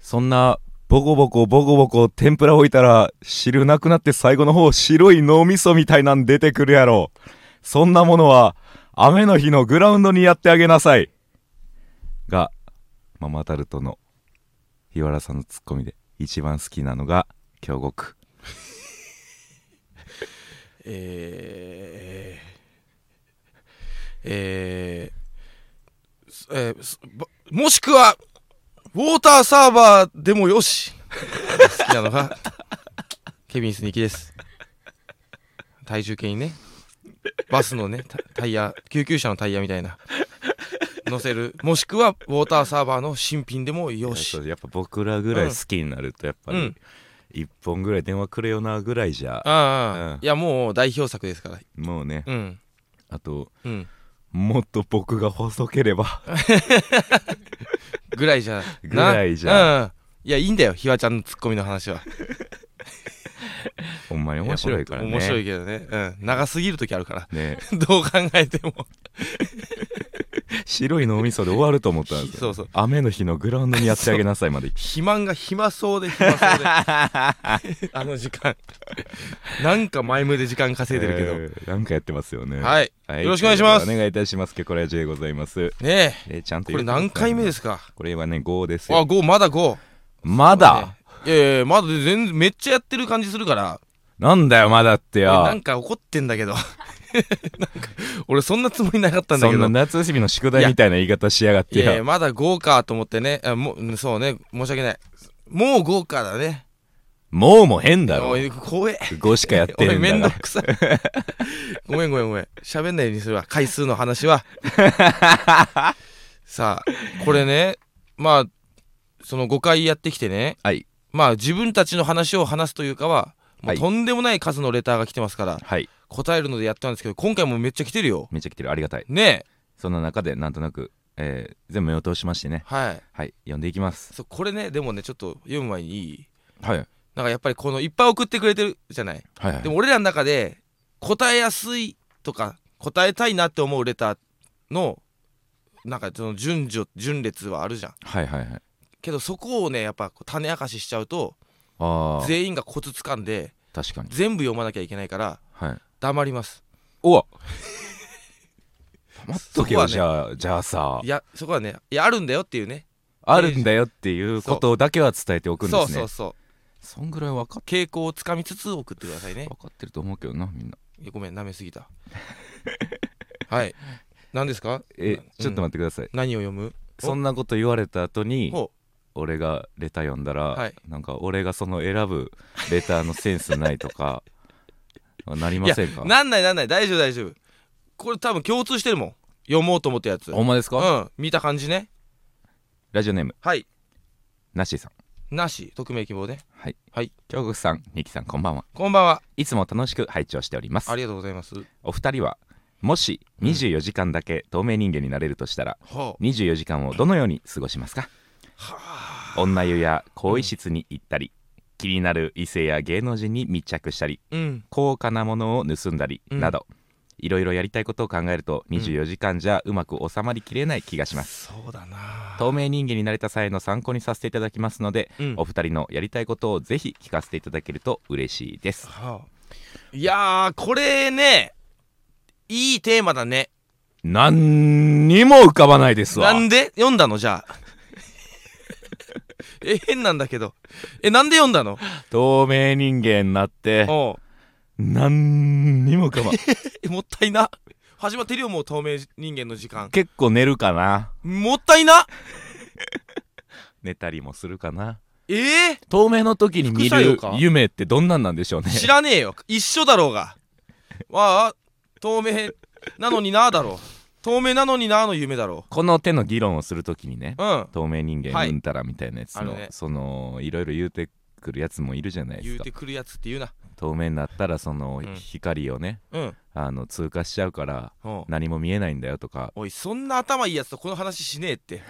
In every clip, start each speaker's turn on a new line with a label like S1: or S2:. S1: そんなボコボコボコボコ天ぷら置いたら汁なくなって最後の方白い脳みそみたいなん出てくるやろそんなものは雨の日のグラウンドにやってあげなさいがママタルトの日原さんのツッコミで一番好きなのが京極
S2: えー、えーすえーすばもしくはウォーターサーバーでもよし好きなのがケビン・スニキです体重計にねバスのねタタイヤ救急車のタイヤみたいな乗せるもしくはウォーターサーバーの新品でもよし
S1: やっぱ僕らぐらい好きになるとやっぱ
S2: う
S1: り
S2: ん
S1: 一本ぐらい電話くれよなぐらいじゃ
S2: ああ、
S1: うん
S2: いやもう代表作ですから
S1: もうね
S2: うん
S1: あと
S2: うん
S1: もっと僕が細けれ ば
S2: ぐらいじゃ
S1: ぐらいじゃ
S2: なうんいやいいんだよひわちゃんのツッコミの話は
S1: ほんまに 面白いからね
S2: や面白いけどね、うん、長すぎる時あるから
S1: ね
S2: どう考えても
S1: 白い脳みそで終わると思ったんですよ
S2: そうそう
S1: 雨の日のグラウンドにやってあげなさいまで
S2: 肥満が暇そうで暇 そうであの時間なんか前向で時間稼いでるけど、
S1: えーなんかやってますよね
S2: はい、
S1: は
S2: よろしくお願いします
S1: お願いいたしますけこれは J でございます
S2: ね
S1: えーちゃん
S2: え
S1: と
S2: これ何回目ですすか
S1: これはね5です
S2: あ
S1: よ
S2: 5まだ5
S1: まだ
S2: いやいやまだ全然めっちゃやってる感じするから
S1: なんだよまだって
S2: 俺な
S1: よ
S2: んか怒ってんだけど なんか俺そんなつもりなかったんだ
S1: そ
S2: け
S1: んな
S2: ど
S1: 夏休みの宿題みたいな言い方しやがっ
S2: い
S1: て
S2: やいや
S1: よ
S2: まだ豪華と思ってねあもううんそうね申し訳ないもう豪華だね
S1: もうも変だろ
S2: おい怖え
S1: 5しかやって
S2: お
S1: ね
S2: い
S1: えん
S2: めん
S1: だ
S2: ど
S1: か
S2: くさい ごめんごめんごめん喋んないようにするわ回数の 話はさあこれねまあその5回やってきてね、
S1: はい
S2: まあ自分たちの話を話すというかはも
S1: は
S2: う
S1: い
S2: とんでもない数のレターが来てますから、
S1: らはい
S2: 答えるのでやったんですけど今回もめっちゃ来てるよ
S1: めっちゃ来てるありがたい
S2: ねえ
S1: そんな中でなんとなく、えー全部目を通しましてね
S2: はい
S1: はい読んでいきます
S2: そうこれねでもねちょっと読む前にいい
S1: はいはい
S2: なんかやっぱりこのいっぱい送ってくれてるじゃない
S1: はい
S2: でも俺らの中で答えやすいとか答えたいなって思うレターのなんかその順序順列はあるじゃん
S1: はいはいはい
S2: けどそこをねやっぱこう種明かししちゃうと
S1: ああ
S2: 全員がコツつかんで
S1: 確かに
S2: 全部読まなきゃいけないから
S1: はい
S2: 黙ります
S1: おわ 待っとけよ、
S2: そ
S1: じ
S2: こ
S1: ゃあじゃあさ
S2: いやそこはねいやあるんだよっていうね
S1: あるんだよっていうことだけは伝えておくんです
S2: そ
S1: ね
S2: うそうそ
S1: そんぐらい分かっ
S2: う傾向をつかみつつ送ってくださいね
S1: 分かってると思うけどなみんない
S2: やごめん舐めすぎたはい 何ですか
S1: え
S2: な
S1: ちょっと
S2: うん
S1: 待ってください、
S2: 何を読む
S1: そんなこと言われた後に
S2: ほ
S1: 俺がレター読んだら、
S2: はい
S1: なんか俺がその選ぶレターのセンスないと かなり
S2: う
S1: ませんか
S2: なんないなんない大丈夫大丈夫これ多分共通してるもん読もうと思ったやつ
S1: ほんまですか、
S2: うん見た感じね
S1: ラジオネーム
S2: はい
S1: ナッシーさん
S2: なし匿名希望ね
S1: はい、
S2: はい、
S1: 京極さんニキさんこんばんは
S2: こんばんはい
S1: つも楽しく拝聴しております
S2: ありがとうございます
S1: お二人はもし24時間だけ透明人間になれるとしたら、
S2: ほう
S1: 24時間をどのように過ごしますか女湯や更衣室に行ったり、気になる異性や芸能人に密着したり
S2: うん
S1: 高価なものを盗んだり
S2: うん
S1: など、いろいろやりたいことを考えると
S2: ん
S1: 24時間じゃうまく収まりきれない気がします、
S2: そうだな
S1: 透明人間になれた際の参考にさせていただきますので、
S2: うん
S1: お二人のやりたいことをぜひ聞かせていただけると嬉しいです
S2: はあいやーこれねいいテーマだね
S1: 何にも浮かばないです
S2: なんで読んだのじゃあ え変なんだけどえなんで読んだの
S1: 透明人間になって
S2: おう
S1: 何にも浮かばん
S2: えもったいな始まってるよもう透明人間の時間
S1: 結構寝るかな
S2: もったいな
S1: 寝たりもするかな
S2: ええ
S1: 透明の時に見
S2: 副作用
S1: る
S2: か
S1: 夢ってどんなんなんでしょうね
S2: 知らねえよ一緒だろうがわあ透明なのになあだろう透明なのになあの夢だろ
S1: この手の議論をする時にね
S2: ううん
S1: 透明人間
S2: はい
S1: うんたらみたいなやつの、
S2: あるね
S1: そのいろいろ言うてくるやつもいるじゃないで
S2: 言
S1: す
S2: う
S1: か
S2: てくるやつって言うな
S1: 透明になったらその
S2: うん
S1: 光をね、
S2: うん
S1: あの通過しちゃうから
S2: おう
S1: 何も見えないんだよとか
S2: おいそんな頭いいやつとこの話しねえ って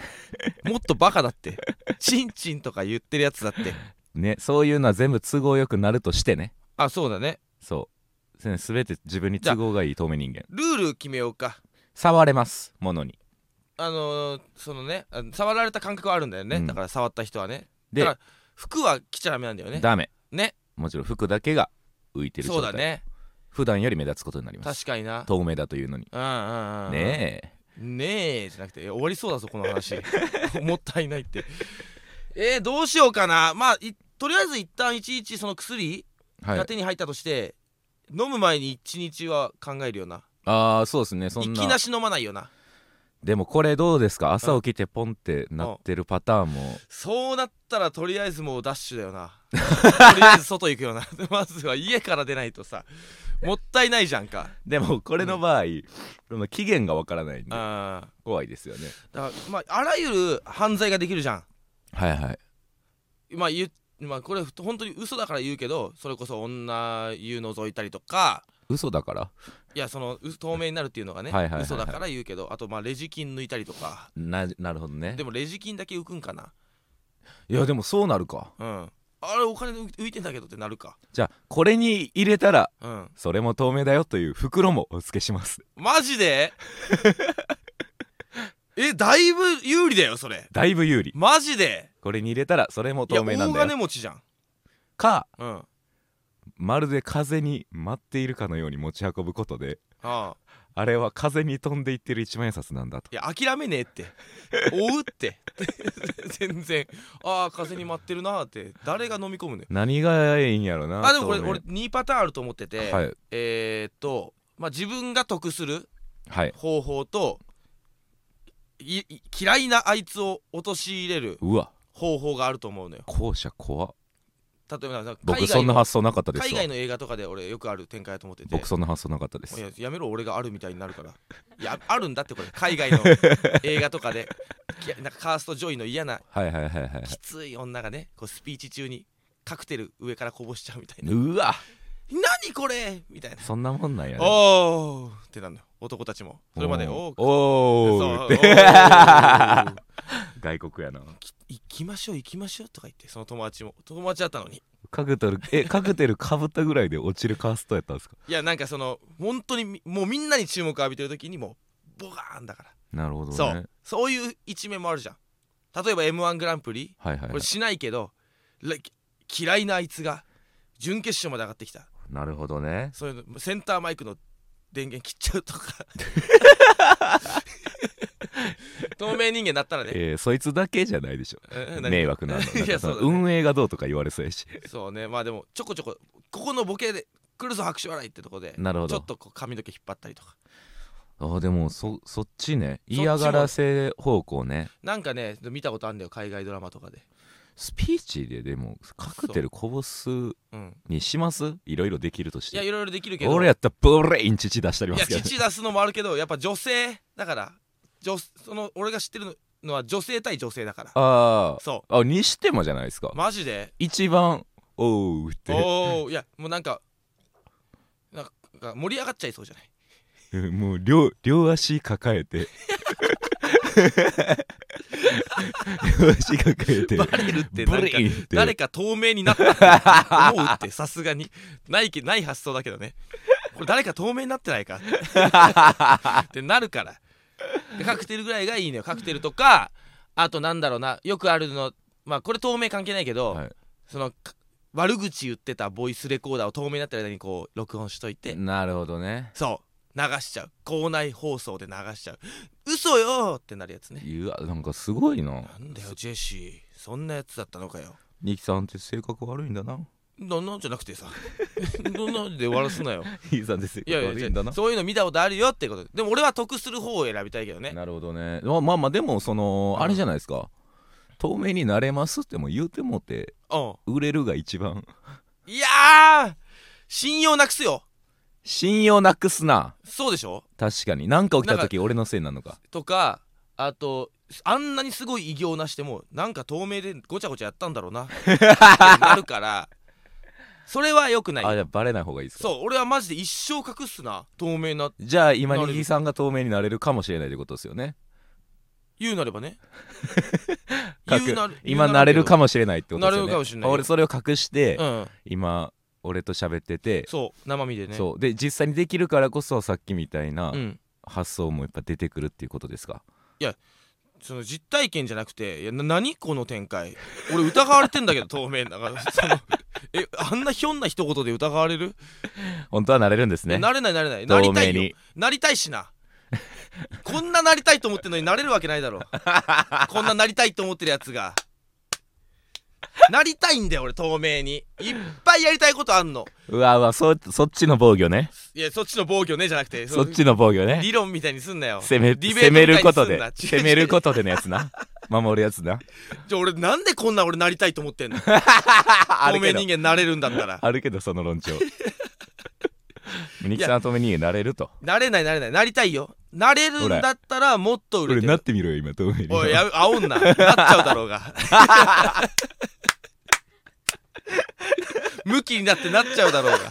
S2: もっとバカだってチンチンとか言ってるやつだって
S1: ねそういうのは全部都合よくなるとしてね
S2: あそうだね
S1: そうせ全て自分に都合がいい透明人間
S2: ルール決めようか
S1: 触れますものに
S2: あのー、そのねあの触られた感覚はあるんだよね、
S1: うん
S2: だから触った人はね
S1: で
S2: だから服は着ちゃダメなんだよね
S1: ダメ
S2: ね
S1: もちろん服だけが浮いてる状
S2: そう
S1: 態
S2: だね
S1: 普段より目立つことになります
S2: 確かにな
S1: 透明だというのに
S2: うんうんうん
S1: ねえ
S2: ねえじゃなくていや終わりそうだぞこの話 もったいないってえー、どうしようかなまあいとりあえず一旦いちいちその薬
S1: はい
S2: が手に入ったとして、飲む前に一日は考えるよな
S1: ああそうですねそん
S2: い
S1: な
S2: きなし飲まないよな
S1: でもこれどうですか朝起きてポンってなってるパターンも
S2: そうなったらとりあえずもうダッシュだ よなとりあえず外行くよな まずは家から出ないとさもったいないじゃんか
S1: でもこれの場合、その期限がわから ないんで
S2: あ
S1: 怖いですよね
S2: だからまああらゆる犯罪ができるじゃん
S1: はいはい
S2: まあ言うまあこれ本当に嘘だから言うけどそれこそ女湯覗いたりとか
S1: 嘘だから
S2: いやそのう透明になるっていうのがね
S1: はいはいはいはい
S2: 嘘だから言うけどあとまあレジ金抜いたりとか
S1: ななるほどね
S2: でもレジ金だけ浮くんかない
S1: やでもそうなるか
S2: うんあれお金浮いてんだけどってなるか
S1: じゃあこれに入れたら
S2: うん
S1: それも透明だよという袋もお付けします
S2: マ ジでえだいぶ有利だよそれ
S1: だいぶ有利
S2: マジで
S1: これに入れたらそれも
S2: いや
S1: 透明なん
S2: 大
S1: だよ
S2: 金持ちじゃん
S1: か
S2: うんあ
S1: まるで風に舞っているかのように持ち運ぶことで
S2: あ
S1: あれは風に飛んでいってる一万円札なんだと
S2: いや諦めねえって追うって 全然ああ風に舞ってるなーって誰が飲み込むのよ
S1: 何がええんやろな
S2: あでもこれ
S1: 透明
S2: 俺2パターンあると思ってて、
S1: はい
S2: えー、っと、まあ、自分が得する
S1: はい
S2: 方法といい嫌いなあいつを陥れる
S1: うわ
S2: 方法があると思うのよ
S1: 校舎怖っ
S2: 例えばなんか海
S1: 僕
S2: 外
S1: そんな
S2: の
S1: 発想なかったです
S2: 海
S1: わ
S2: 外の映画とかで俺よくある展開だと思ってて
S1: 僕そんな発想なかったで
S2: い
S1: す
S2: ややめろ俺があるみたいになるからいやあるんだってこれ海外の映画とかできなんかカースト上位の嫌な
S1: はいはいはいはい
S2: きつい女がねこうスピーチ中にカクテル上からこぼしちゃうみたいな
S1: うわ
S2: 「何これ!」みたいな
S1: そんなもんなんやね
S2: おーってなんだよ男たちもそれまでお
S1: お
S2: ー
S1: ーお
S2: そう
S1: ー
S2: お
S1: って
S2: ー
S1: 外国やな
S2: 行きましょう行きましょうとか言ってその友達も友達だったのに
S1: カクテルえカクテルかぶったぐらいで落ちるカーストやったんですか
S2: いやなんかその本当にみもうみんなに注目浴びてる時にもうボガーンだから
S1: なるほどね
S2: そう,、
S1: はい
S2: そういう一面もあるじゃん例えば m 1グランプリ
S1: はいはい
S2: これしないけど、ら嫌いなあいつが準決勝まで上がってきた
S1: なるほどね
S2: そういうのセンターマイクの電源切っちゃう とか透明人間だったらね
S1: えーそいつだけじゃないでしょ
S2: え何
S1: 迷惑なのなん
S2: いや
S1: かその
S2: そうだね
S1: 運営がどうとか言われそうやし
S2: そうねまあでもちょこちょこここのボケで来るぞ拍手笑いってとこで
S1: なるほ
S2: ちょ
S1: ど
S2: っとこう髪の毛引っ張ったりとか
S1: あでもそそっちね
S2: ちも
S1: 嫌がらせ方向ね
S2: なんかね見たことあるんだよ海外ドラマとかで
S1: スピーチででもカクテルこぼす
S2: うん
S1: にしますいろいろできるとし
S2: いや
S1: て
S2: いろいろできるけど
S1: 俺やったらブレインチチ出したり
S2: い
S1: ま
S2: や
S1: すけど
S2: 父出すのもあるけどやっぱ女性だから女その俺が知ってるのは女性対女性だから
S1: あ
S2: そ
S1: ああにしてもじゃないですか
S2: うマジで
S1: 一番おうって
S2: おおいやもうなんかなんか盛り上がっちゃいそうじゃない
S1: もう両両足抱え て両足抱えて
S2: バレるってなん
S1: ブ
S2: か
S1: レインって
S2: 誰か透明になったって思うってさすがにないけない発想だけどねこれ誰か透明になってないかってなるからでカクテルぐらいがいいのよカクテルとかあとなんだろうなよくあるのまあこれ透明関係ないけど、
S1: はい
S2: そのか悪口言ってたボイスレコーダーを透明になってる間にこう録音しといて、
S1: なるほどね
S2: そう流しちゃう校内放送で流しちゃう嘘よーってなるやつね
S1: いやなんかすごいな
S2: なんだよジェシーそんなやつだったのかよ
S1: ニキさんって性格悪いんだ な
S2: どんなんじゃなくてさ どんなんで終わらす なよ
S1: ニキさんって性
S2: いやいやじゃあそういうの見たことあるよってことででも俺は得する方を選びたいけど ね
S1: なるほどねまあまあまあでもその
S2: うん
S1: あれじゃないですか透明になれますっても言うてもって
S2: うん
S1: 売れるが一番
S2: いやー信用なくすよ
S1: 信用なくすな
S2: そうでしょ
S1: 確かに何か起きた時俺のせいなのか
S2: とかあとあんなにすごい偉業なしてもなんか透明でごちゃごちゃやったんだろうなってなるから それは良くない
S1: あじゃあバレない方がいいですか
S2: そう俺はマジで一生隠すな透明な
S1: じゃあ今にぎさんが透明になれるかもしれないってことですよね。
S2: 言うなれ ばね
S1: かく今なれるかもしれないってことですよね。
S2: なれるかもしれない
S1: 俺それを隠して、
S2: もうん
S1: 今俺と喋ってて、
S2: そう生身でね
S1: そうで実際にできるからこそさっきみたいな
S2: うん
S1: 発想もやっぱ出てくるっていうことですか。
S2: その実体験じゃなくて「いやな何この展開俺疑われてんだ けど透明だからそのえあんなひょんな一言で疑われる、
S1: 本当はなれるんですね
S2: なれないなれないな
S1: 透
S2: りた
S1: 明
S2: いよ
S1: に
S2: なりたいしなこんななりたいと思ってるのになれるわけないだろこんななりたいと思ってるやつがなりたいんだよ俺透明にいっぱいやりたいことあんの
S1: うわうわそそっちの防御ね
S2: いやそっちの防御ねじゃなくて
S1: そっ
S2: の
S1: ちの防御ね
S2: 理論みたいにすんなよ
S1: 攻め
S2: ディベート
S1: 攻めること
S2: み
S1: で
S2: たいにすんな
S1: 攻めることでのやつな守るやつな
S2: じゃあ俺なんでこんな俺なりたいと思ってんの
S1: あ
S2: 透
S1: るけど
S2: 明人間になれるんだったら
S1: あるけどその論調ミニキさんは透明人間なれると
S2: なれないなれないなりたいよなれるんだったらもっと売れ
S1: 俺
S2: て
S1: な
S2: る
S1: ってみろよ今透明人
S2: おい
S1: 間
S2: やめ煽んななっちゃうだろうが 向きになってなっちゃうだろうが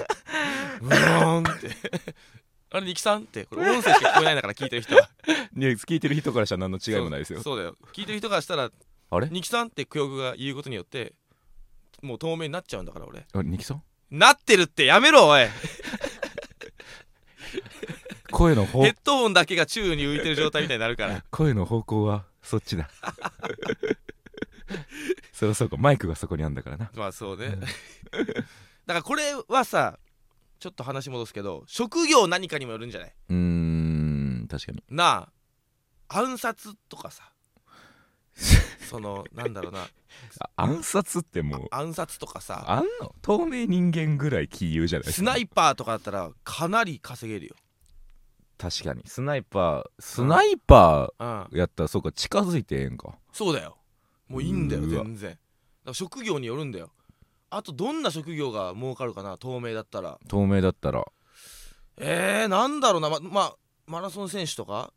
S2: ブローンってあれニキさんってこれ音声しか聞こえないんだから聞いてる人はい
S1: や聞いてる人からしたら何の違いもないですよ
S2: そうそうだよ聞いてる人からしたら
S1: あれ
S2: ニキさんってクヨグが言うことによってもう透明になっちゃうんだから俺
S1: あニキさん
S2: なってるってやめろおい
S1: 声の方
S2: ヘッドホンだけが宙に浮いてる状態みたいになるから
S1: 声の方向はそっちだ そりゃそうかマイクがそこにあんだからな
S2: まあそうね
S1: うん
S2: だからこれはさちょっと話戻すけど職業何かにもよるんじゃないう
S1: ーん確かに
S2: なあ暗殺とか さそのなんだろうな
S1: あ暗殺ってもう
S2: 暗殺とかさ
S1: あんの透明人間ぐらい気言うじゃないです
S2: ス
S1: か
S2: ナイパーとかだったらかなり稼げるよ、
S1: 確かにスナイパースナイパ
S2: うん、
S1: ーやったらそうか近づいてええんか
S2: そうだよもういいんだよ
S1: うわ
S2: 全然だから職業によるんだよあとどんな職業が儲かるかな透明だったら
S1: 透明だったら
S2: えー、なんだろうなままあマラソン選手とか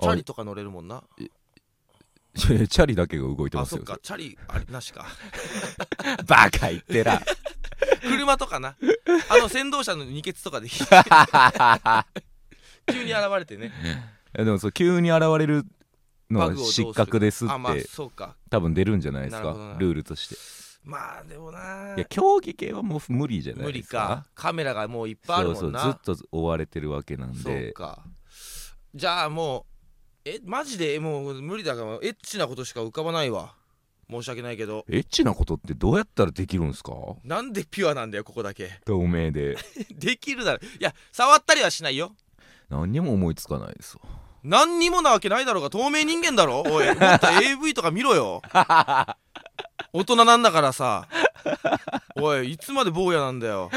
S2: チャリとか乗れるもんな
S1: チャリだけが動いて
S2: あ
S1: ます
S2: そっ
S1: よ
S2: かチャリあれなしか
S1: バカ言って ら
S2: 車とか なあの先導車の二欠とかで 急に現れてね
S1: でもそう急に現れるの
S2: バ
S1: は
S2: グをどうする
S1: 失格ですっ
S2: あまあ
S1: て
S2: そうか
S1: 多分出るんじゃないです
S2: なるほど
S1: か
S2: な
S1: ルールとして
S2: まあでもない
S1: や競技系はもう無理じゃな
S2: 無
S1: いで
S2: 理
S1: すか
S2: かカメラがもういっぱいあるも
S1: そ
S2: ん
S1: う
S2: な
S1: そうずっと追われてるわけなん
S2: そう
S1: で
S2: かじゃあもうえマジでもう無理だからエッチなことしか浮かばないわ申し訳ないけど
S1: エッチなことってどうやったらできるんですか
S2: なんでピュアなんだよここだ け
S1: 透明で
S2: できるだろいや触ったりはしないよ
S1: 何にも思いつかないですわ
S2: 何にもなわけないだろうが透明人間だろおいもっと AV とか見ろよ大人なんだからさおいいつまで坊やなんだよ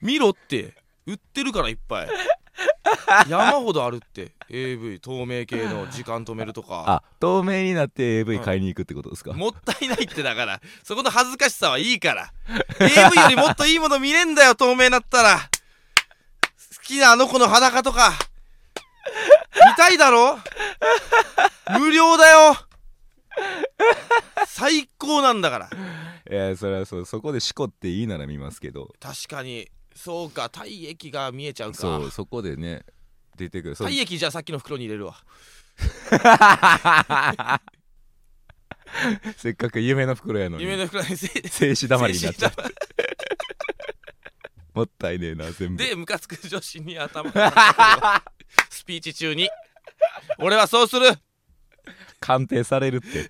S2: 見ろって売ってるからいっぱい山ほどあるって AV 透明系の時間止めるとか
S1: あ透明になって AV 買いに行くってことですか、
S2: もったいないってだからそこの恥ずかしさはいいから AV よりもっといいもの見れんだよ透明なったら好きなあの子の裸とか見たいだろ無料だよ最高なんだから
S1: えー、それはそうそこでしこっていいなら見ますけど
S2: 確かにそうか体液が見えちゃうか
S1: そうそこでね出てくるそう
S2: 体液じゃあさっきの袋に入れるわ
S1: せっかく夢の袋やのに
S2: 夢の袋にせ
S1: 静止だまりになっちゃう
S2: 精子黙
S1: もったいねえな全部
S2: りでムカつく女子に頭を叩くよスピーチ中に俺はそうする
S1: 鑑定され るって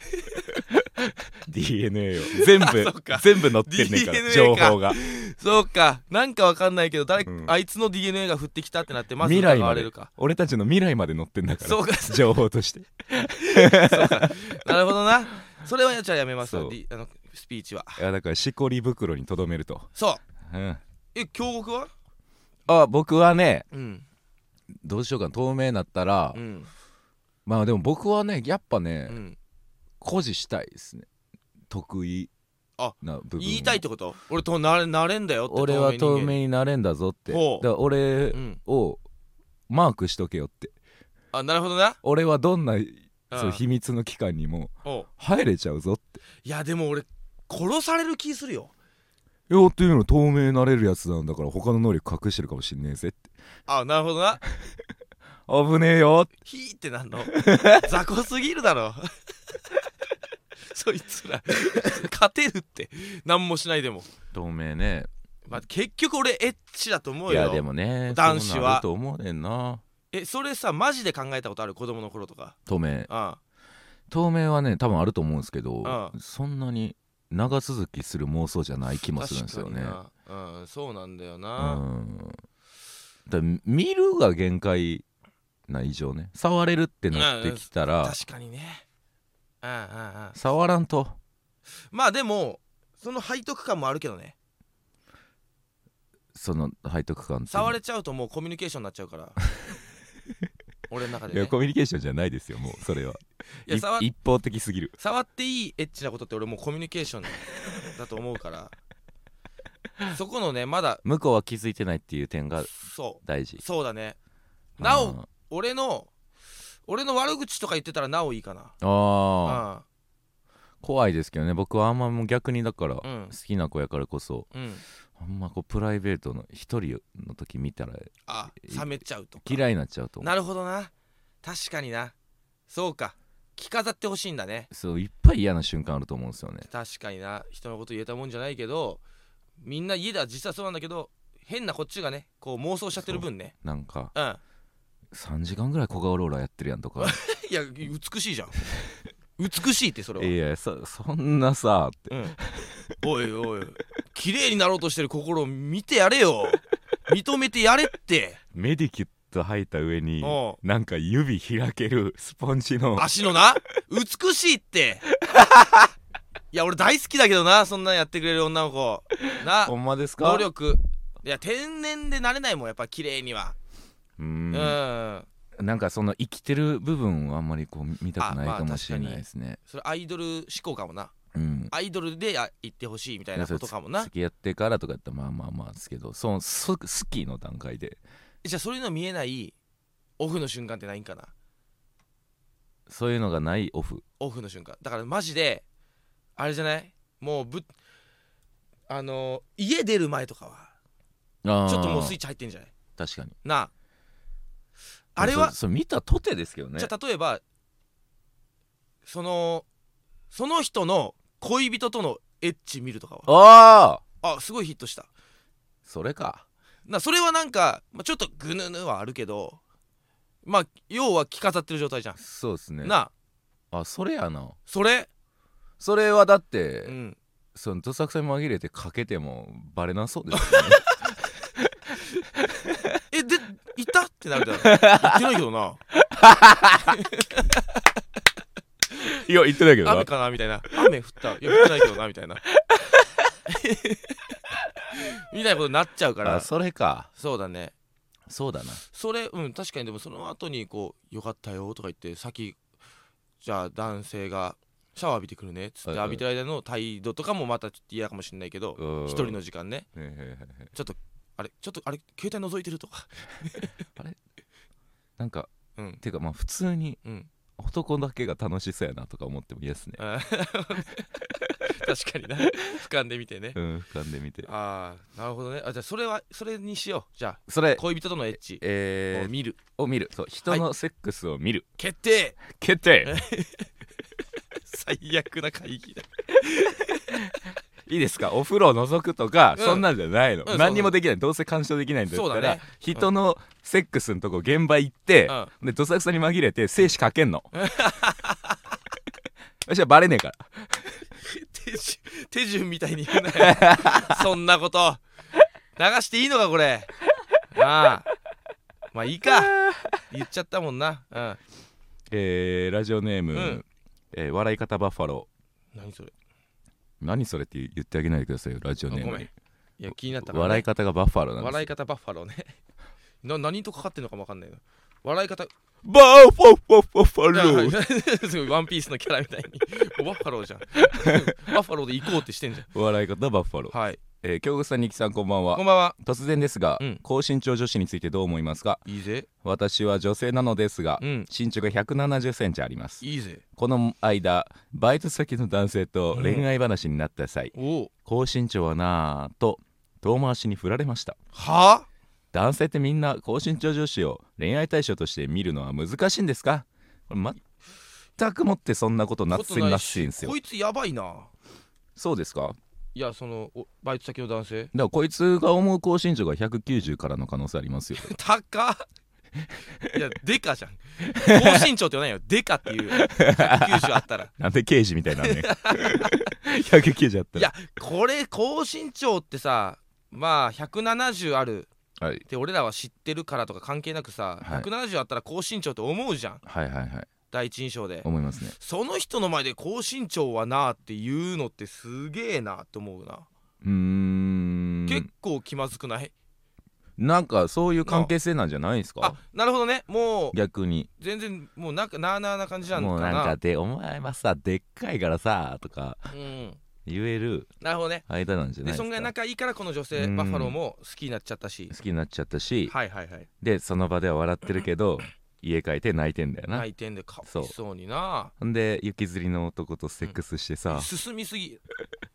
S1: DNA を全部
S2: あそっか
S1: 全部載ってんねんから
S2: DNA か
S1: 情報が
S2: そうかなんかわかんないけど誰、
S1: うん
S2: あいつの DNA が降ってきたってなってまず
S1: 未来
S2: 疑
S1: ま
S2: わ
S1: で
S2: れるか
S1: 俺たちの未来まで載ってんだから
S2: そうか
S1: 情報として
S2: なるほどなそれはじゃあやめますわ
S1: そう
S2: D- あのスピーチはい
S1: やだからしこり袋にとどめると、
S2: そう
S1: うん、
S2: え京極は
S1: あ僕はね
S2: うん
S1: どうしようかな透明になったら、
S2: うん
S1: まあでも僕はねやっぱね、
S2: うん
S1: 誇示したいですね得意
S2: あ
S1: な部分を
S2: 言いたいってこと俺となれなれんだよって
S1: 俺は透
S2: 人間
S1: 明になれんだぞってだ
S2: ほう
S1: から俺
S2: うん
S1: をマークしとけよって
S2: あなるほどな
S1: 俺はどんなそううん秘密の機関にも
S2: おう
S1: 入れちゃうぞって
S2: いやでも俺殺される気するよ
S1: よっていうの透明になれるやつなんだから他の能力隠してるかもしんねえぜって
S2: あなるほどな
S1: 危ねえよって
S2: ヒーっ てなんの雑魚すぎるだろそいつら勝てるって何もしないでも、
S1: 透明ね
S2: まあ、結局俺エッチだと思う
S1: い
S2: よ
S1: やでもね
S2: 男
S1: そ
S2: 子は
S1: うなると思うねんな
S2: えそれさマジで考えたことある子供の頃とか
S1: 透明
S2: あ
S1: 透明はね多分あると思うんですけど
S2: あ
S1: そんなに長続きする妄想じゃない気もするんですよね
S2: 確かになうんそうなんだよ
S1: う
S2: な、
S1: んだから見るが限界な以上ね触れるってなってきたら
S2: 確かにねうんうんうん
S1: 触らんと
S2: まあでもその背徳感もあるけどね
S1: その背徳感っていうの
S2: 触れちゃうともうコミュニケーションになっちゃ うから俺の中で、
S1: い
S2: ね、
S1: やコミュニケーションじゃないですよもうそれはい
S2: や
S1: い
S2: 触っ
S1: 一方的すぎる
S2: 触っていいエッチなことって俺もうコミュニケーションだと思うからそこのねまだ
S1: 向こうは気づいてないっていう点が
S2: そ
S1: 大事
S2: うそうだねな
S1: うん
S2: お俺の俺の悪口とか言ってたらなおいいかな
S1: ああ
S2: あ
S1: 怖いですけどね僕はあんまもう逆にだから、
S2: うん
S1: 好きな子やからこそ
S2: うん
S1: あんまこうプライベートの一人の時見たら
S2: あ冷めちゃうとか
S1: 嫌いになっちゃうと思う
S2: なるほどな確かになそうか着飾ってほしいんだね
S1: そういっぱい嫌な瞬間あると思うんですよね
S2: 確かにな人のこと言えたもんじゃないけどみんな家では実はそうなんだけど変なこっちがねこう妄想しちゃってる分ね
S1: なんか
S2: うん
S1: 3時間ぐらい小顔ローラーやってるやんとか
S2: いや美しいじゃん美しいってそれはい
S1: やいやそそんなさって
S2: うん、おいおい綺麗になろうとしてる心を見てやれよ認めてやれって
S1: メディキュット履いた上に
S2: お
S1: なんか指開けるスポンジの
S2: 足のな美しいっていや俺大好きだけどなそんなんやってくれる女の子な
S1: ほんまですか
S2: 能力いや天然でなれないもんやっぱ綺麗には
S1: う
S2: うん、
S1: んなんかその生きてる部分をあんまりこう見たくない
S2: あまあ
S1: かもしれないですね、
S2: それアイドル思考かもな
S1: うん
S2: アイドルでや行ってほしいみたいなことかもな
S1: 付き合ってからとかやったらまあまあまあですけどそのす好きの段階で
S2: じゃあそういうの見えないオフの瞬間ってないんかな
S1: そういうのがないオフ
S2: オフの瞬間だからマジであれじゃないもうぶっあの家出る前とかは
S1: ちょ
S2: ちょっともうスイッチ入ってんじゃない
S1: 確かに
S2: なああれ
S1: ま
S2: は
S1: そそれ見たとてですけどね
S2: じゃあ例えばそのその人の恋人とのエッチ見るとかは
S1: ああ
S2: あすごいヒットした
S1: それか
S2: なそれはなんか、まあ、ちょっとぐぬぬはあるけどまあ要は着飾ってる状態じゃん、
S1: そうですね
S2: な
S1: あそれやな
S2: それ
S1: それはだって、
S2: うん
S1: そのどさくさに紛れてかけてもバレなそうですよね
S2: えでいたってなるだろ 言ってないけどない
S1: や言ってないけ
S2: 雨かなみたいな雨降ったいや降ってないけどなみた いなみたいなことになっちゃうから
S1: あそれか
S2: そうだね
S1: そうだな
S2: それうん確かにでもその後にこう「よかったよ」とか言って先じゃあ男性がシャワー浴びてくるねっつって
S1: はいはい
S2: 浴びてる間の態度とかもまたちょっと嫌かもしれないけど
S1: うん
S2: 一人の時間ね
S1: へへへへ
S2: ちょっとあれちょっとあれ携帯覗いてるとか
S1: なんか
S2: うん
S1: ていうかまあ普通に
S2: うん
S1: 男だけが楽しそうやなとか思っても嫌ですね
S2: あー確かにな俯瞰で見てね
S1: うん俯瞰で見て
S2: ああなるほどねあじゃあそれはそれにしようじゃ
S1: そ
S2: あ
S1: れ
S2: 恋人とのエッチ
S1: え
S2: を
S1: ー
S2: 見る
S1: を見るそう人のセックスを見る、
S2: 決定
S1: 決定
S2: 最悪な会議だ
S1: いいですかお風呂を覗くとか、
S2: うん
S1: そんなんじゃないの、
S2: うん
S1: 何にもできないどうせ干渉できないんだった
S2: そう
S1: ら、
S2: だね
S1: 人のセックスのとこ現場行って、でどさくさに紛れて精子かけんの 私はバレねえから
S2: 手順手順みたいに言うな よそんなこと流していいのかこれ ああまあいいか言っちゃったもんなうん
S1: えー、ラジオネーム、
S2: うん
S1: えー笑い方バッファロ
S2: 何それ
S1: ー何それって言ってあげないでくださいよラジ
S2: あ
S1: オ
S2: ご
S1: ネーム
S2: めんいや気になったから、ね、
S1: 笑い方がバッファローなんです
S2: 笑い方バッファローね な何とかかってんのかもわかんないな笑い方
S1: バーファファファファロー、
S2: ーすごい ワンピースのキャラみたいにバッファローじゃん バッファローで行こうってしてんじ
S1: 笑い方バッファロー
S2: ゃんはい
S1: えー京極さん二木さんこんばん
S2: こ
S1: は
S2: んばんは
S1: 突然ですが、
S2: うん
S1: 高身長女子についてどう思いますか
S2: いいぜ
S1: 私は女性なのですが、
S2: うん
S1: 身長が1 7 0センチあります
S2: いいぜ
S1: この間バイト先の男性と恋愛話になった際、
S2: おお
S1: 高身長はなぁと遠回しに振られました
S2: はあ
S1: 男性ってみんな高身長女子を恋愛対象として見るのは難しいんですかこれ全くもってそんなことなっすいらしいんですよ
S2: こいつやばいな
S1: そうですか
S2: いやそのおバイト先の男性
S1: だからこいつが思う高身長が190からの可能性ありますよ
S2: 高っいやデカじ ゃん高身長って言わないよデカっていう190あったら
S1: なんで刑事みたい なんねん190あった
S2: い
S1: ら
S2: やこれ高身長ってさまあ170ある
S1: はい
S2: って俺らは知ってるからとか関係なくさ、
S1: はい
S2: 170あったら高身長って思うじゃん
S1: はいはいはい
S2: 第一印象で
S1: 思いますね
S2: その人の前で高身長はなあって言うのってすげえなって思うな、
S1: うーん
S2: 結構気まずくない
S1: なんかそういう関係性なんじゃないです
S2: あ
S1: か
S2: なるほどねもう
S1: 逆に
S2: 全然もうなんかなあなあな感じな
S1: も
S2: の
S1: う
S2: かな
S1: なんかで「お前はさでっかいからさ」とか
S2: うん、
S1: 言える
S2: なるほどね
S1: 間なんじゃない
S2: で
S1: です
S2: そ
S1: か
S2: んぐらい仲いいからこの女性
S1: うん
S2: バッファローも好きになっちゃったし
S1: 好きになっちゃったし、
S2: はいはいはい
S1: でその場では笑ってるけど家帰って泣いてんだよな、
S2: 泣いてんでかわいそうにな
S1: ほんで雪吊りの男とセックスしてさ「
S2: 進みすぎ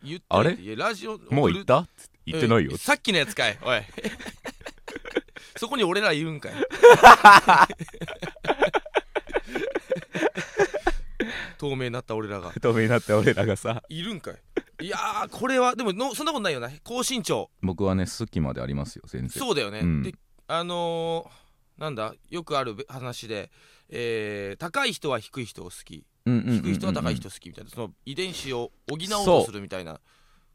S2: 言って
S1: あれ
S2: いやラジオ
S1: もう行った?」つって言ってないよ
S2: うん」さっきのやつかい おいそこに俺らいるんかい 透明になった俺らが
S1: 透明になった俺らがさ
S2: いるんかいいやーこれはでものそんなことないよな高身長
S1: 僕はね好きまでありますよ全然
S2: そうだよね、
S1: うん
S2: であのーなんだよくあるべ話で、えー高い人は低い人を好き
S1: うんうんうんうんうん
S2: 低い人は高い人好きみたいなその遺伝子を補おうとするみたいな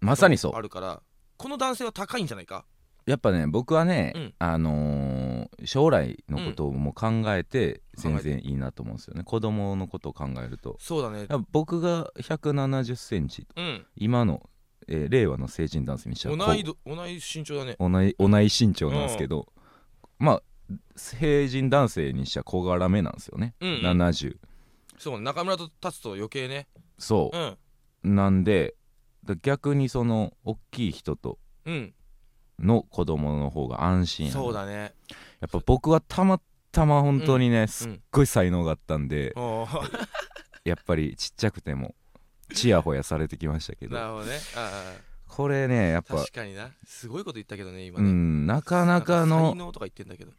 S1: まさにそ
S2: あるからこの男性は高いんじゃないか
S1: うやっぱね僕はね、
S2: うん
S1: あのー将来のことをもう考えて全然いいなと思うんですよね子供のことを考えると
S2: そうだね
S1: やっぱ僕が1 7 0ンチ
S2: うん
S1: 今の、えー令和の成人男性にしたらこう
S2: 同いど同い身長だね
S1: 同い同い身長なんですけど、まあ成人男性にしちゃ小柄めなんですよね、
S2: うんうん
S1: 70
S2: そうね中村と立つと余計ね
S1: そ
S2: うん
S1: う、なんでだ逆にその大きい人と
S2: うん
S1: の子供の方が安心やな
S2: そうだね
S1: やっぱ僕はたまたま本当にね、すっ
S2: うん
S1: ごい才能があったんで、
S2: おー
S1: やっぱりちっちゃくてもちやほやされてきましたけ
S2: な
S1: ど
S2: るほどねあ
S1: これねやっ
S2: あ
S1: ぱ
S2: 確かになすごいこと言ったけどね今
S1: う
S2: ね、
S1: んなかなか
S2: なん才
S1: の
S2: 能とか言ってんだけど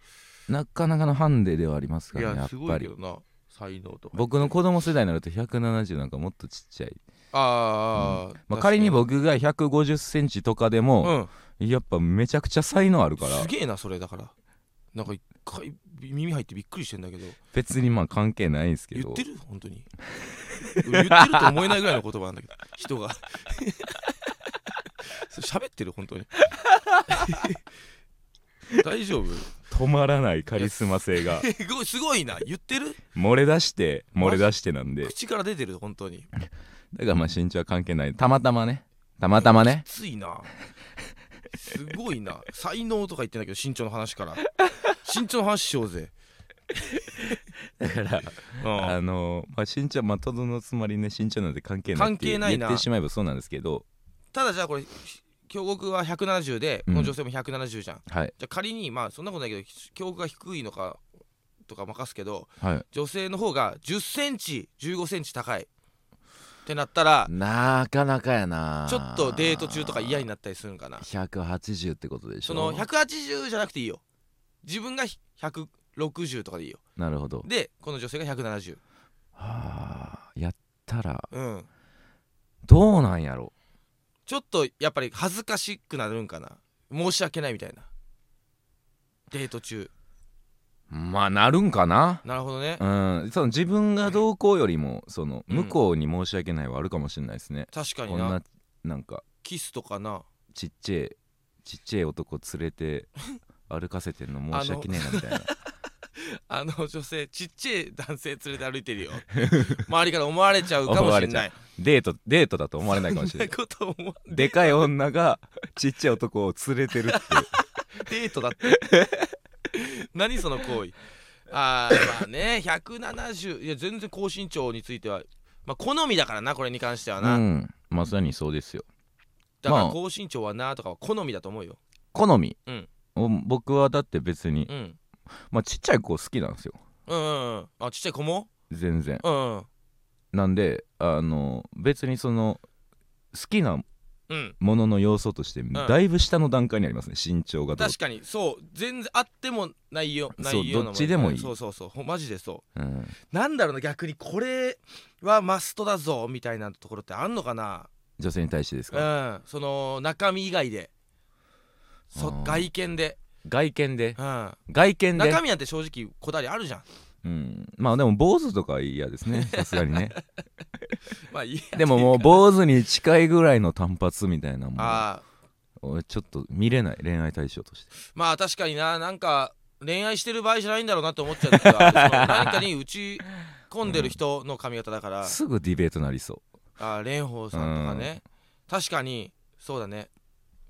S1: なかなかのハンデではありますか
S2: い
S1: らねや
S2: や
S1: っ
S2: すご
S1: ぱ
S2: いけ
S1: り
S2: どな才能とか
S1: 僕の子供世代になると170なんかもっとちっちゃい
S2: あーあー、
S1: まあ、
S2: 確か
S1: 仮に僕が1 5 0ンチとかでも、
S2: うん
S1: やっぱめちゃくちゃ才能あるから
S2: すげえなそれだからなんか一回耳入ってびっくりしてんだけど
S1: 別にまあ関係ないんですけ
S2: 言
S1: ど
S2: ってる本当に言ってると思えないぐらいの言葉なんだ けど人がそれ喋ってる 本当に大丈夫
S1: 止まらないカリスマ性が
S2: すごいすごいな言ってる
S1: 漏れ出して漏れ出してなんで
S2: 口から出てる本当に
S1: だからまあ身長は関係ないたまたまねたまたまね
S2: きついなすごいな才能とか言ってんだけど身長の話から身長の話しようぜ
S1: だから
S2: うん
S1: あのまあ、身長まあとどのつまりね身長なんて関係ないって
S2: 関係ないな
S1: 言ってしまえばそうなんですけど
S2: ただじゃあこれ京極は170で
S1: う
S2: こ
S1: ん
S2: の女性も170じゃん、
S1: はい
S2: じゃあ仮にまあそんなことないけど京極が低いのかとか任すけど
S1: はい
S2: 女性の方が1 0センチ1 5ンチ高いってなったら
S1: なかなかやな
S2: ちょっとデート中とか嫌になったりするんかな
S1: 180ってことでしょ
S2: その180じゃなくていいよ自分が160とかでいいよ
S1: なるほど
S2: でこの女性が170
S1: はあやったら
S2: うん
S1: どうなんやろ
S2: ちょっとやっぱり恥ずかしくなるんかな申し訳ないみたいなデート中
S1: まあなるんかな
S2: なるほどね、
S1: うんその自分がどうこうよりもその
S2: うん
S1: 向こうに申し訳ないはあるかもしれないですね、
S2: 確か
S1: こ
S2: に
S1: ん
S2: な
S1: ななんか
S2: キスとかな
S1: ちっちゃいちっちゃい男連れ て歩かせてんの申し訳ねえなみたいな
S2: あの女性ちっちゃい男性連れて歩いてるよ周りから思われちゃうかもしれない
S1: デートデートだと思われないかもし
S2: そん
S1: れな
S2: ないこと思わ
S1: でかい女がちっちゃい男を連れてるって
S2: デートだって何その行為あーまあね170いや全然高身長についてはまあ好みだからなこれに関しては
S1: う
S2: な、
S1: んまさにそうですよ
S2: だから
S1: まあ
S2: 高身長はなとかは好みだと思うよ
S1: 好み、
S2: うん
S1: お僕はだって別に、
S2: うん
S1: まあ、ちっちゃい子好きなんですよ
S2: うんうんうんあちっちゃい子も
S1: 全然
S2: うんうん
S1: なんであの別にその好きな
S2: うん
S1: ものの要素としてだいぶ下の段階にありますね身長がどう
S2: 確かにそう全然あってもないよ
S1: そう
S2: ないような
S1: どっちでもいい
S2: そうそうそうほマジでそう
S1: うん
S2: なんだろうな逆にこれはマストだぞみたいなところってあんのかな
S1: 女性に対してです
S2: う
S1: か
S2: んその中身以外でそ
S1: あー
S2: 外見で
S1: 外見で
S2: う
S1: 外
S2: ん、
S1: 見で
S2: 中身なんて正直こだわりあるじゃん
S1: うんまあでも坊主とかは嫌です ねさすがにね
S2: まあいいや
S1: でももう坊主に近いぐらいの短髪みたいなもん
S2: ああ
S1: 俺ちょっと見れない恋愛対象として
S2: まあ確かにななんか恋愛してる場合じゃないんだろうなって思っちゃう時はその何かに打ち込んでる人の髪型だから、
S1: すぐディベートなりそ
S2: あ蓮舫さんとかね、確かにそうだね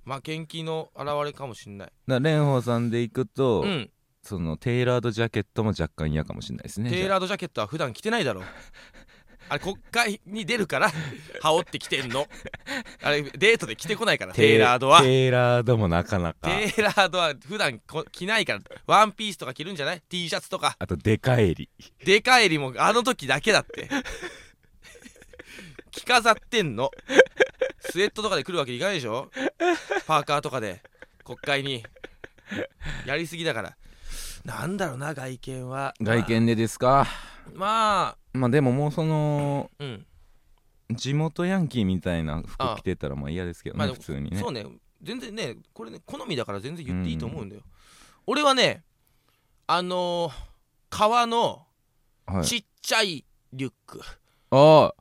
S2: 負けん気の表れかもしんないう
S1: だから蓮舫さんでいくと、
S2: うん
S1: そのテイラードジャケットも若干嫌かもしれないですね
S2: テイ
S1: じゃあ
S2: ラードジャケットは普段着てな いだろうあれ国会に出るから羽織ってきてんのあれデートで着てこないからテイラードは
S1: テイラードもなかなか
S2: テイラードは普段こ着ないからワンピースとか着るんじゃない T シャツとか
S1: あとでかえり
S2: でかえりもあの時だけだって 着飾ってんのスウェットとかで来るわけいかないでしょパーカーとかで国会にやりすぎだからなんだろうな外見は
S1: 外見でですか
S2: まあ
S1: まあでももうその
S2: うん
S1: 地元ヤンキーみたいな服着てたらまあ嫌ですけど
S2: まあ
S1: ね
S2: でも
S1: 普通にね
S2: そうね全然ねこれね好みだから全然言っていいと思うんだよ、俺はねあのー、革の
S1: はい
S2: ちっちゃいリュック、
S1: ああ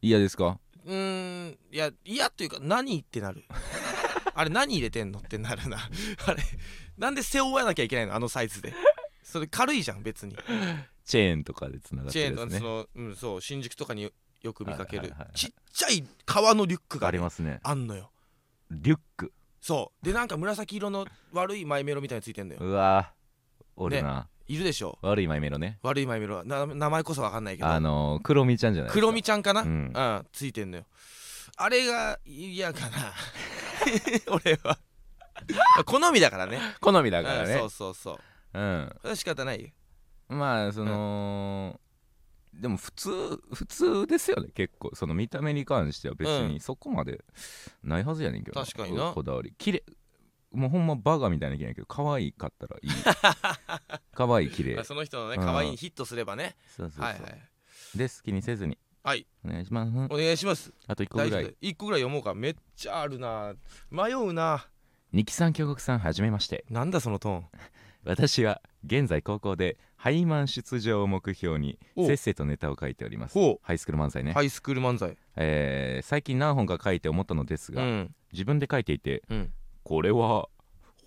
S1: 嫌ですか
S2: うーんいや嫌というか何っ てなるあれ何入れてんのってなるなあれなんで背負わなきゃいけないのあのサイズでそれ軽いじゃん別に
S1: チェーンとかでつながっ
S2: チ
S1: て
S2: ェ
S1: る
S2: ーン
S1: や
S2: と
S1: つ
S2: か
S1: ね
S2: その、うん、そう新宿とかによよく見かける、
S1: はいはいはいはい
S2: ちっちゃい革のリュックが
S1: ありますね
S2: あんのよ
S1: リュック
S2: そうでなんか紫色の悪いマイメロみたいについてんだよ
S1: うわ俺な、
S2: いるでしょ
S1: 悪いマイメロね
S2: 悪いマイメロはな名前こそわかんないけど
S1: あのー、クロミちゃんじゃないです
S2: ク
S1: か
S2: ロミちゃんかな、
S1: う
S2: うんん、ついてんのよあれが嫌かな 俺は 好みだからね
S1: 好みだからね
S2: うんそうそうそう
S1: うん
S2: それは仕方ないよ
S1: まあその、でも普通普通ですよね結構その見た目に関しては別
S2: う
S1: にそこまでないはずやねんけど
S2: 確かにな
S1: こだわり綺麗もうほんまバカみたいなきゃいけないけど可愛かったら いい可愛い綺麗
S2: まあ
S1: そ
S2: その人のね
S1: うん
S2: 可愛いにヒットすればね、
S1: うそうそう、
S2: はいはい
S1: で好きにせずに
S2: はい
S1: お願いします
S2: お願いします
S1: あと1個ぐ
S2: 大丈
S1: ら
S2: 夫
S1: い
S2: 1個ぐらい読もうかめっちゃあるな迷うな
S1: 二木さん京極さんはじめまして
S2: なんだそのトーン
S1: 私は現在高校でハイマン出場を目標に
S2: お
S1: せっせとネタを書いております
S2: ほ
S1: ハイスクール漫才ね、
S2: ハイスクール漫才
S1: えー最近何本か書いて思ったのです
S2: う
S1: が、
S2: ん
S1: 自分で書いていて
S2: うん
S1: これは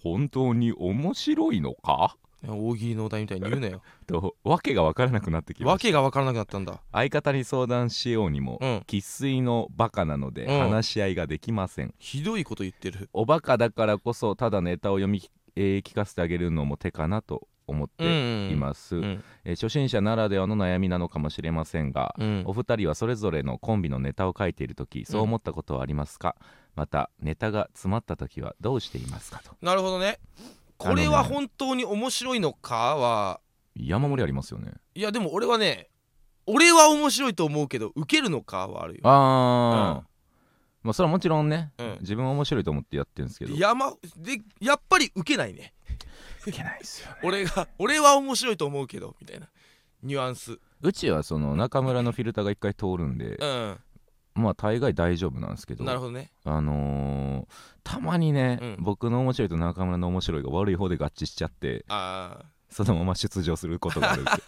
S1: 本当に面白いのか
S2: 大喜利のお題みたいに言うなよ
S1: とわけが分からなくなってきま
S2: わ
S1: した
S2: けが分からなくなったんだ
S1: 相方に相談しようにも
S2: うん
S1: 生粋、のバカなので
S2: うん
S1: 話し合いができません、
S2: ひどいこと言ってる
S1: おバカだからこそただネタを読み、えー聞かせてあげるのも手かなと思っ
S2: う
S1: て
S2: んうん
S1: います、
S2: うん
S1: えー初心者ならではの悩みなのかもしれませんが、
S2: うん
S1: お二人はそれぞれのコンビのネタを書いている時そう思ったことはありますか、またネタが詰まった時はどうしていますかと
S2: なるほどねこれは本当に面白いのかは
S1: 山盛りありますよね
S2: いやでも俺はね俺は面白いと思うけど受けるのかはあるよ
S1: ああ、
S2: うん
S1: まあそれはもちろんね、
S2: うん
S1: 自分は面白いと思ってやってるんですけど
S2: 山でやっぱり受けないね
S1: いけないですよね
S2: 俺が俺は面白いと思うけどみたいなニュアンス
S1: うちはその中村のフィルターが一回通るんで
S2: う、ん
S1: まあ大概大丈夫なんですけど
S2: なるほどね
S1: あのーたまにね、
S2: うん
S1: 僕の面白いと中村の面白いが悪い方で合致しちゃって
S2: あ
S1: そのまま出場することがあるんですよ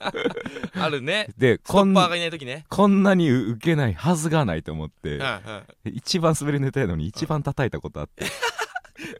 S2: ーあるね
S1: で
S2: ス ト
S1: こん
S2: ッパーがいない時ね
S1: こんなに受けないはずがないと思って
S2: うん、う
S1: 一番滑りネタやのに一番叩いたことあって、
S2: ん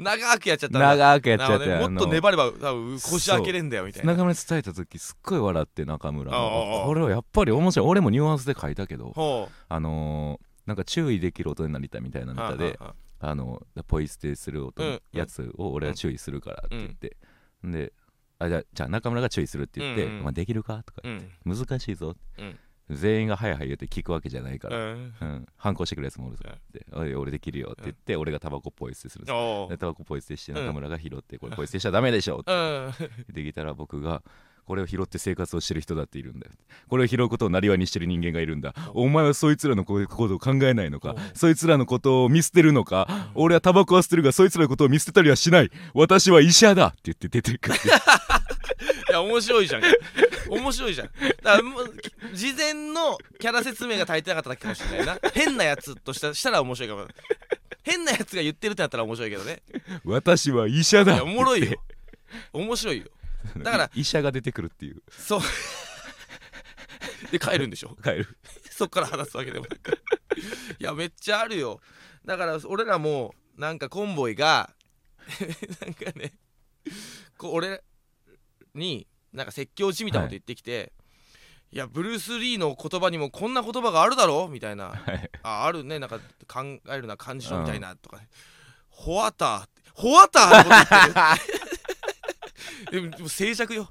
S2: 長くやっちゃったんだ
S1: 長くやっちゃっ
S2: なる
S1: て、
S2: ほどねもっと粘れば多分腰開けれんだよみたいな
S1: 中村に伝えた時すっごい笑って中村
S2: あああ
S1: が
S2: あ
S1: これはやっぱり面白い俺もニュアンスで書いたけど
S2: ほ
S1: あのーなんか注意できる大人になりたいみたいな
S2: う
S1: ネタで、あのポイ捨てする音
S2: うん
S1: やつを俺は注意するからって言って、であじゃあじゃあ中村が注意するって言って「
S2: うんうん
S1: まあ、できるか?」とか
S2: うんう
S1: 「
S2: ん
S1: 難しいぞ」
S2: うん
S1: 全員が「はいはい」言って聞くわけじゃないか
S2: う
S1: ら、
S2: ん
S1: うん反抗してくるやつもおるぞ
S2: うん
S1: って「おい俺できるよ」って言って、俺がタバコポイ捨てするんですよ
S2: お
S1: でタバコポイ捨てして
S2: うん
S1: 中村が拾って「これポイ捨てしちゃダメでしょ」って
S2: ーうん
S1: できたら僕がこれを拾って生活をしてる人だっているんだよこれを拾うことをなりわいにしてる人間がいるんだお前はそいつらのこことを考えないのか
S2: うん
S1: そいつらのことを見捨てるのか俺はタバコは捨てるがそいつらのことを見捨てたりはしない私は医者だって言って出てくる
S2: いや面白いじゃん面白いじゃんだからもう事前のキャラ説明が足りてなかっただけかもしれないな変なやつとしたしたら面白いかも変なやつが言ってるってなったら面白いけどね
S1: 私は医者
S2: い
S1: だ
S2: やおもろいよ面白いよだから
S1: 医者が出てくるっていう
S2: そうで帰るんでしょ
S1: 帰る
S2: そっから話すわけでもなくいやめっちゃあるよだから俺らもなんかコンボイが なんかねこう俺になんか説教じみたこと言ってきて、い、やブルース・リーの言葉にもこんな言葉があるだろみたいな、
S1: い
S2: ああるねなんか考えるな感じのみたいなとか、ねホワターホワターのこと言ってるでもでも静寂よ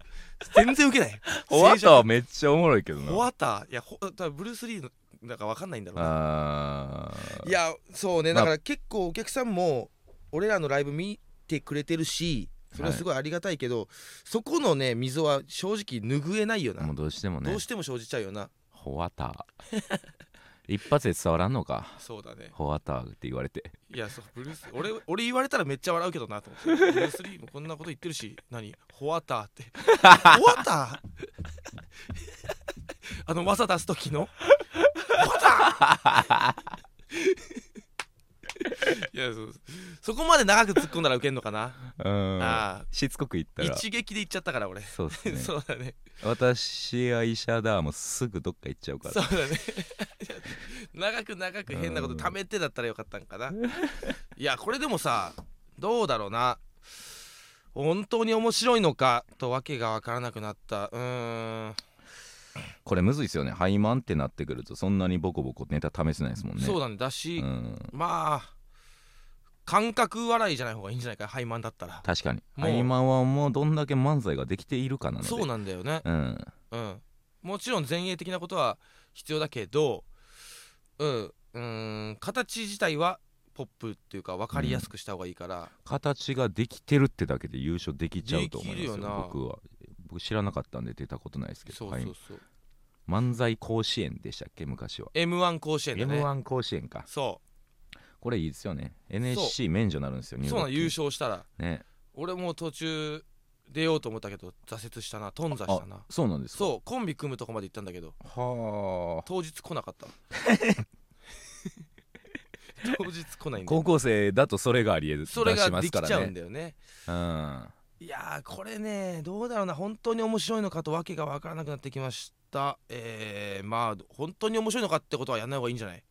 S2: 全然受けない
S1: 終わっ
S2: 静
S1: た
S2: 寂
S1: はめっちゃおもろいけどな
S2: ホワターいやほだからブルース・リーのなんかわかんないんだろうな
S1: あー
S2: いやそうね
S1: まあ
S2: だから結構お客さんも俺らのライブ見てくれてるしそれはすごいありがたいけど、そこのね溝は正直拭えないよな、
S1: もうどうしてもね
S2: どうしても生じちゃうよな
S1: ホワター 一発で伝わらんのか
S2: そうだね
S1: ホワターって言われて
S2: いやそうブルース俺俺言われたらめっちゃ笑うけどなと思ってブルース・リーもこんなこと言ってるし何ホワターってホワターあの技出す時のホワターいやそうそこまで長く突っ込んだらウケんのかな
S1: うん
S2: ああ
S1: しつこく言ったら
S2: 一撃で行っちゃったから 俺
S1: そうですね
S2: そうだね
S1: 私は医者だもうすぐどっか行っちゃうか
S2: そ
S1: ら
S2: うだね 長く長く変なこと貯めてだったらよかったんかないやこれでもさどうだろうな本当に面白いのかとわけが分からなくなったうーん、
S1: これむずいですよねハイマンってなってくるとそんなにボコボコネタ試せないですもんね
S2: そうだねだし、
S1: うん
S2: まあ感覚笑いじゃない方がいいんじゃないかハイマンだったら
S1: 確かに
S2: も
S1: ハ
S2: う
S1: イマンはもうどんだけ漫才ができているかなので
S2: そうなんだよね
S1: うん
S2: うん、もちろん前衛的なことは必要だけど、うん、うーん形自体はポップっていうか分かりやすくした方がいいから、
S1: 形ができてるってだけで優勝できちゃうと思いますよ
S2: できるよな
S1: 僕は僕知らなかったんで出たことないですけど
S2: そうそうそう、
S1: はい漫才甲子園でしたっけ昔は
S2: m 1甲子園だね
S1: M1 甲子園か
S2: そ
S1: これいいですよね NSC 免除になるんですよ
S2: う
S1: 入
S2: そうな
S1: 学
S2: の
S1: 金
S2: 優勝したら
S1: ね
S2: 俺も途中出ようと思ったけど挫折したな頓挫したな
S1: そうなんですか
S2: そうコンビ組むとこまで行ったんだけど
S1: はあ
S2: 当日来なかった 当日来ないんだよ
S1: 高校生だとそれがありえる
S2: それ
S1: 出し
S2: が
S1: ま
S2: です
S1: か
S2: き
S1: ら
S2: ちゃうん
S1: ね
S2: だよね
S1: うん
S2: いやーこれねどうだろうな本当に面白いのかとわけが分からなくなってきましたえー、まあ本当に面白いのかってことはやんない方がいいんじゃない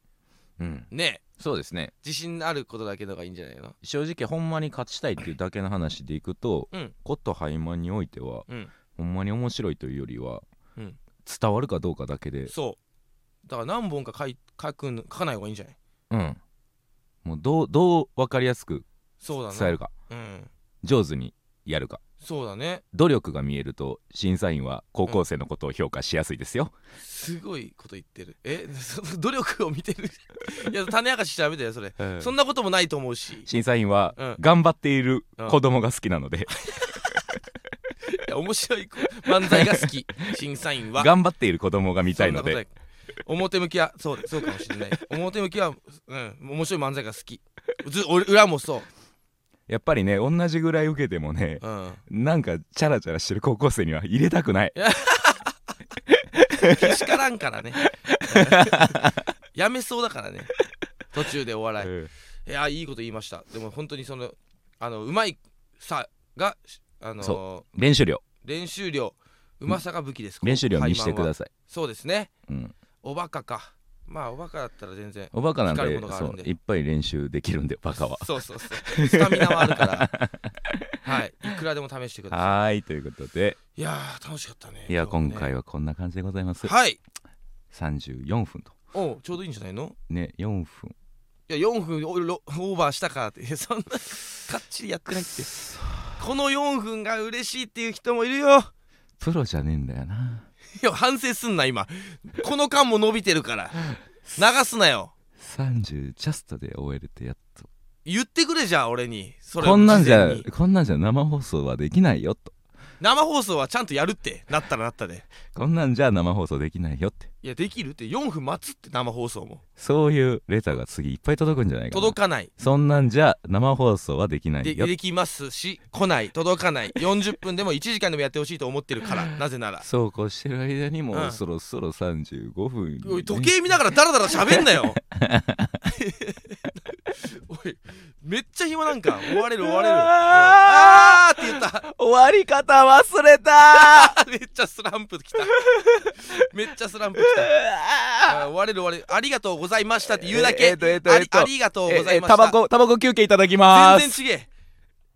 S1: うん
S2: ねえ
S1: そうですね
S2: 自信あることだけの方がいいんじゃないの
S1: 正直ほんまに勝ちたいっていうだけの話でいくと、
S2: うん
S1: コットハイマンにおいては
S2: うん
S1: ほんまに面白いというよりは、
S2: うん
S1: 伝わるかどうかだけで
S2: そうだから何本か書い書くの書かない方がいいんじゃない
S1: うんもうどうどう分かりやすく
S2: そうだな
S1: 伝えるか
S2: うん
S1: 上手にやるか
S2: そうだね
S1: 努力が見えると審査員は高校生のことを評価しやすいですよ、
S2: すごいこと言ってるえ その努力を見てる いや種明かしちゃダメだよそれ、そんなこともないと思うし
S1: 審査員は
S2: うん
S1: 頑張っている子供が好きなので、
S2: いや面白い漫才が好 き審査員は
S1: 頑張っている子供が見たいので
S2: そんなことない表向きはそうそうかもしれない表向きはうん面白い漫才が好きず俺裏もそ
S1: やっぱりね同じぐらい受けてもね
S2: う、うん、
S1: なんかチャラチャラしてる高校生には入れたくない
S2: けしから んからねやめそうだからね途中でお笑い、
S1: うん
S2: いやいいこと言いましたでも本当にそのあのうまいさがあのー
S1: そ練習量
S2: 練習量うまさが武器です
S1: 練習量見してくだ
S2: さい
S1: さい、
S2: そうですね
S1: うん、
S2: おバカかまあおバカだったら全然
S1: おバカなんで
S2: 光るものがあ
S1: そ
S2: るん
S1: う
S2: で
S1: いっぱい練習できるんでバカは
S2: そうそうそうスタミナはあるから はいいくらでも試してください
S1: はーいということで
S2: いやー楽しかったね
S1: いや今回
S2: は、
S1: はこんな感じでございます、
S2: はい
S1: 34分と
S2: おうちょうどいいんじゃないの
S1: ね4分
S2: いや4分おろオーバーしたかって いやそんなかっちりやってないってこの4分が嬉しいっていう人もいるよ
S1: プロじゃねえんだよない
S2: や反省すんな今この間も伸びてるから流すなよ
S1: 30ジャストで終えるってやっと
S2: 言ってくれじゃあ俺にそれを
S1: こんなんじ
S2: 事
S1: ゃ
S2: 前に
S1: こんなんじゃ生放送はできないよと
S2: 生放送はちゃんとやるってなったらなったで
S1: こんなんじゃ生放送できないよって
S2: いやできるって4分待つって生放送も
S1: そういうレターが次いっぱい届くんじゃないかな
S2: 届かない
S1: そんなんじゃ生放送はできない
S2: で
S1: よ
S2: できますし来ない届かない40分でも1時間でもやってほしいと思って るからなぜなら
S1: そうこうしてる間にも
S2: う
S1: うんそろそろ35分にね、
S2: おい時計見ながらダラダラ喋んなよおいらんか終われる終 われる
S1: あ
S2: あーって言った
S1: ー終わり方忘れた
S2: あめっちゃスランプ きためっちゃスランプきた あ終われる終われるありがとうございましたって言うだけ
S1: ええっとえっとえっと
S2: ありありがとうございまし
S1: タ
S2: た
S1: バコタバコ休憩いただきます
S2: 全然違え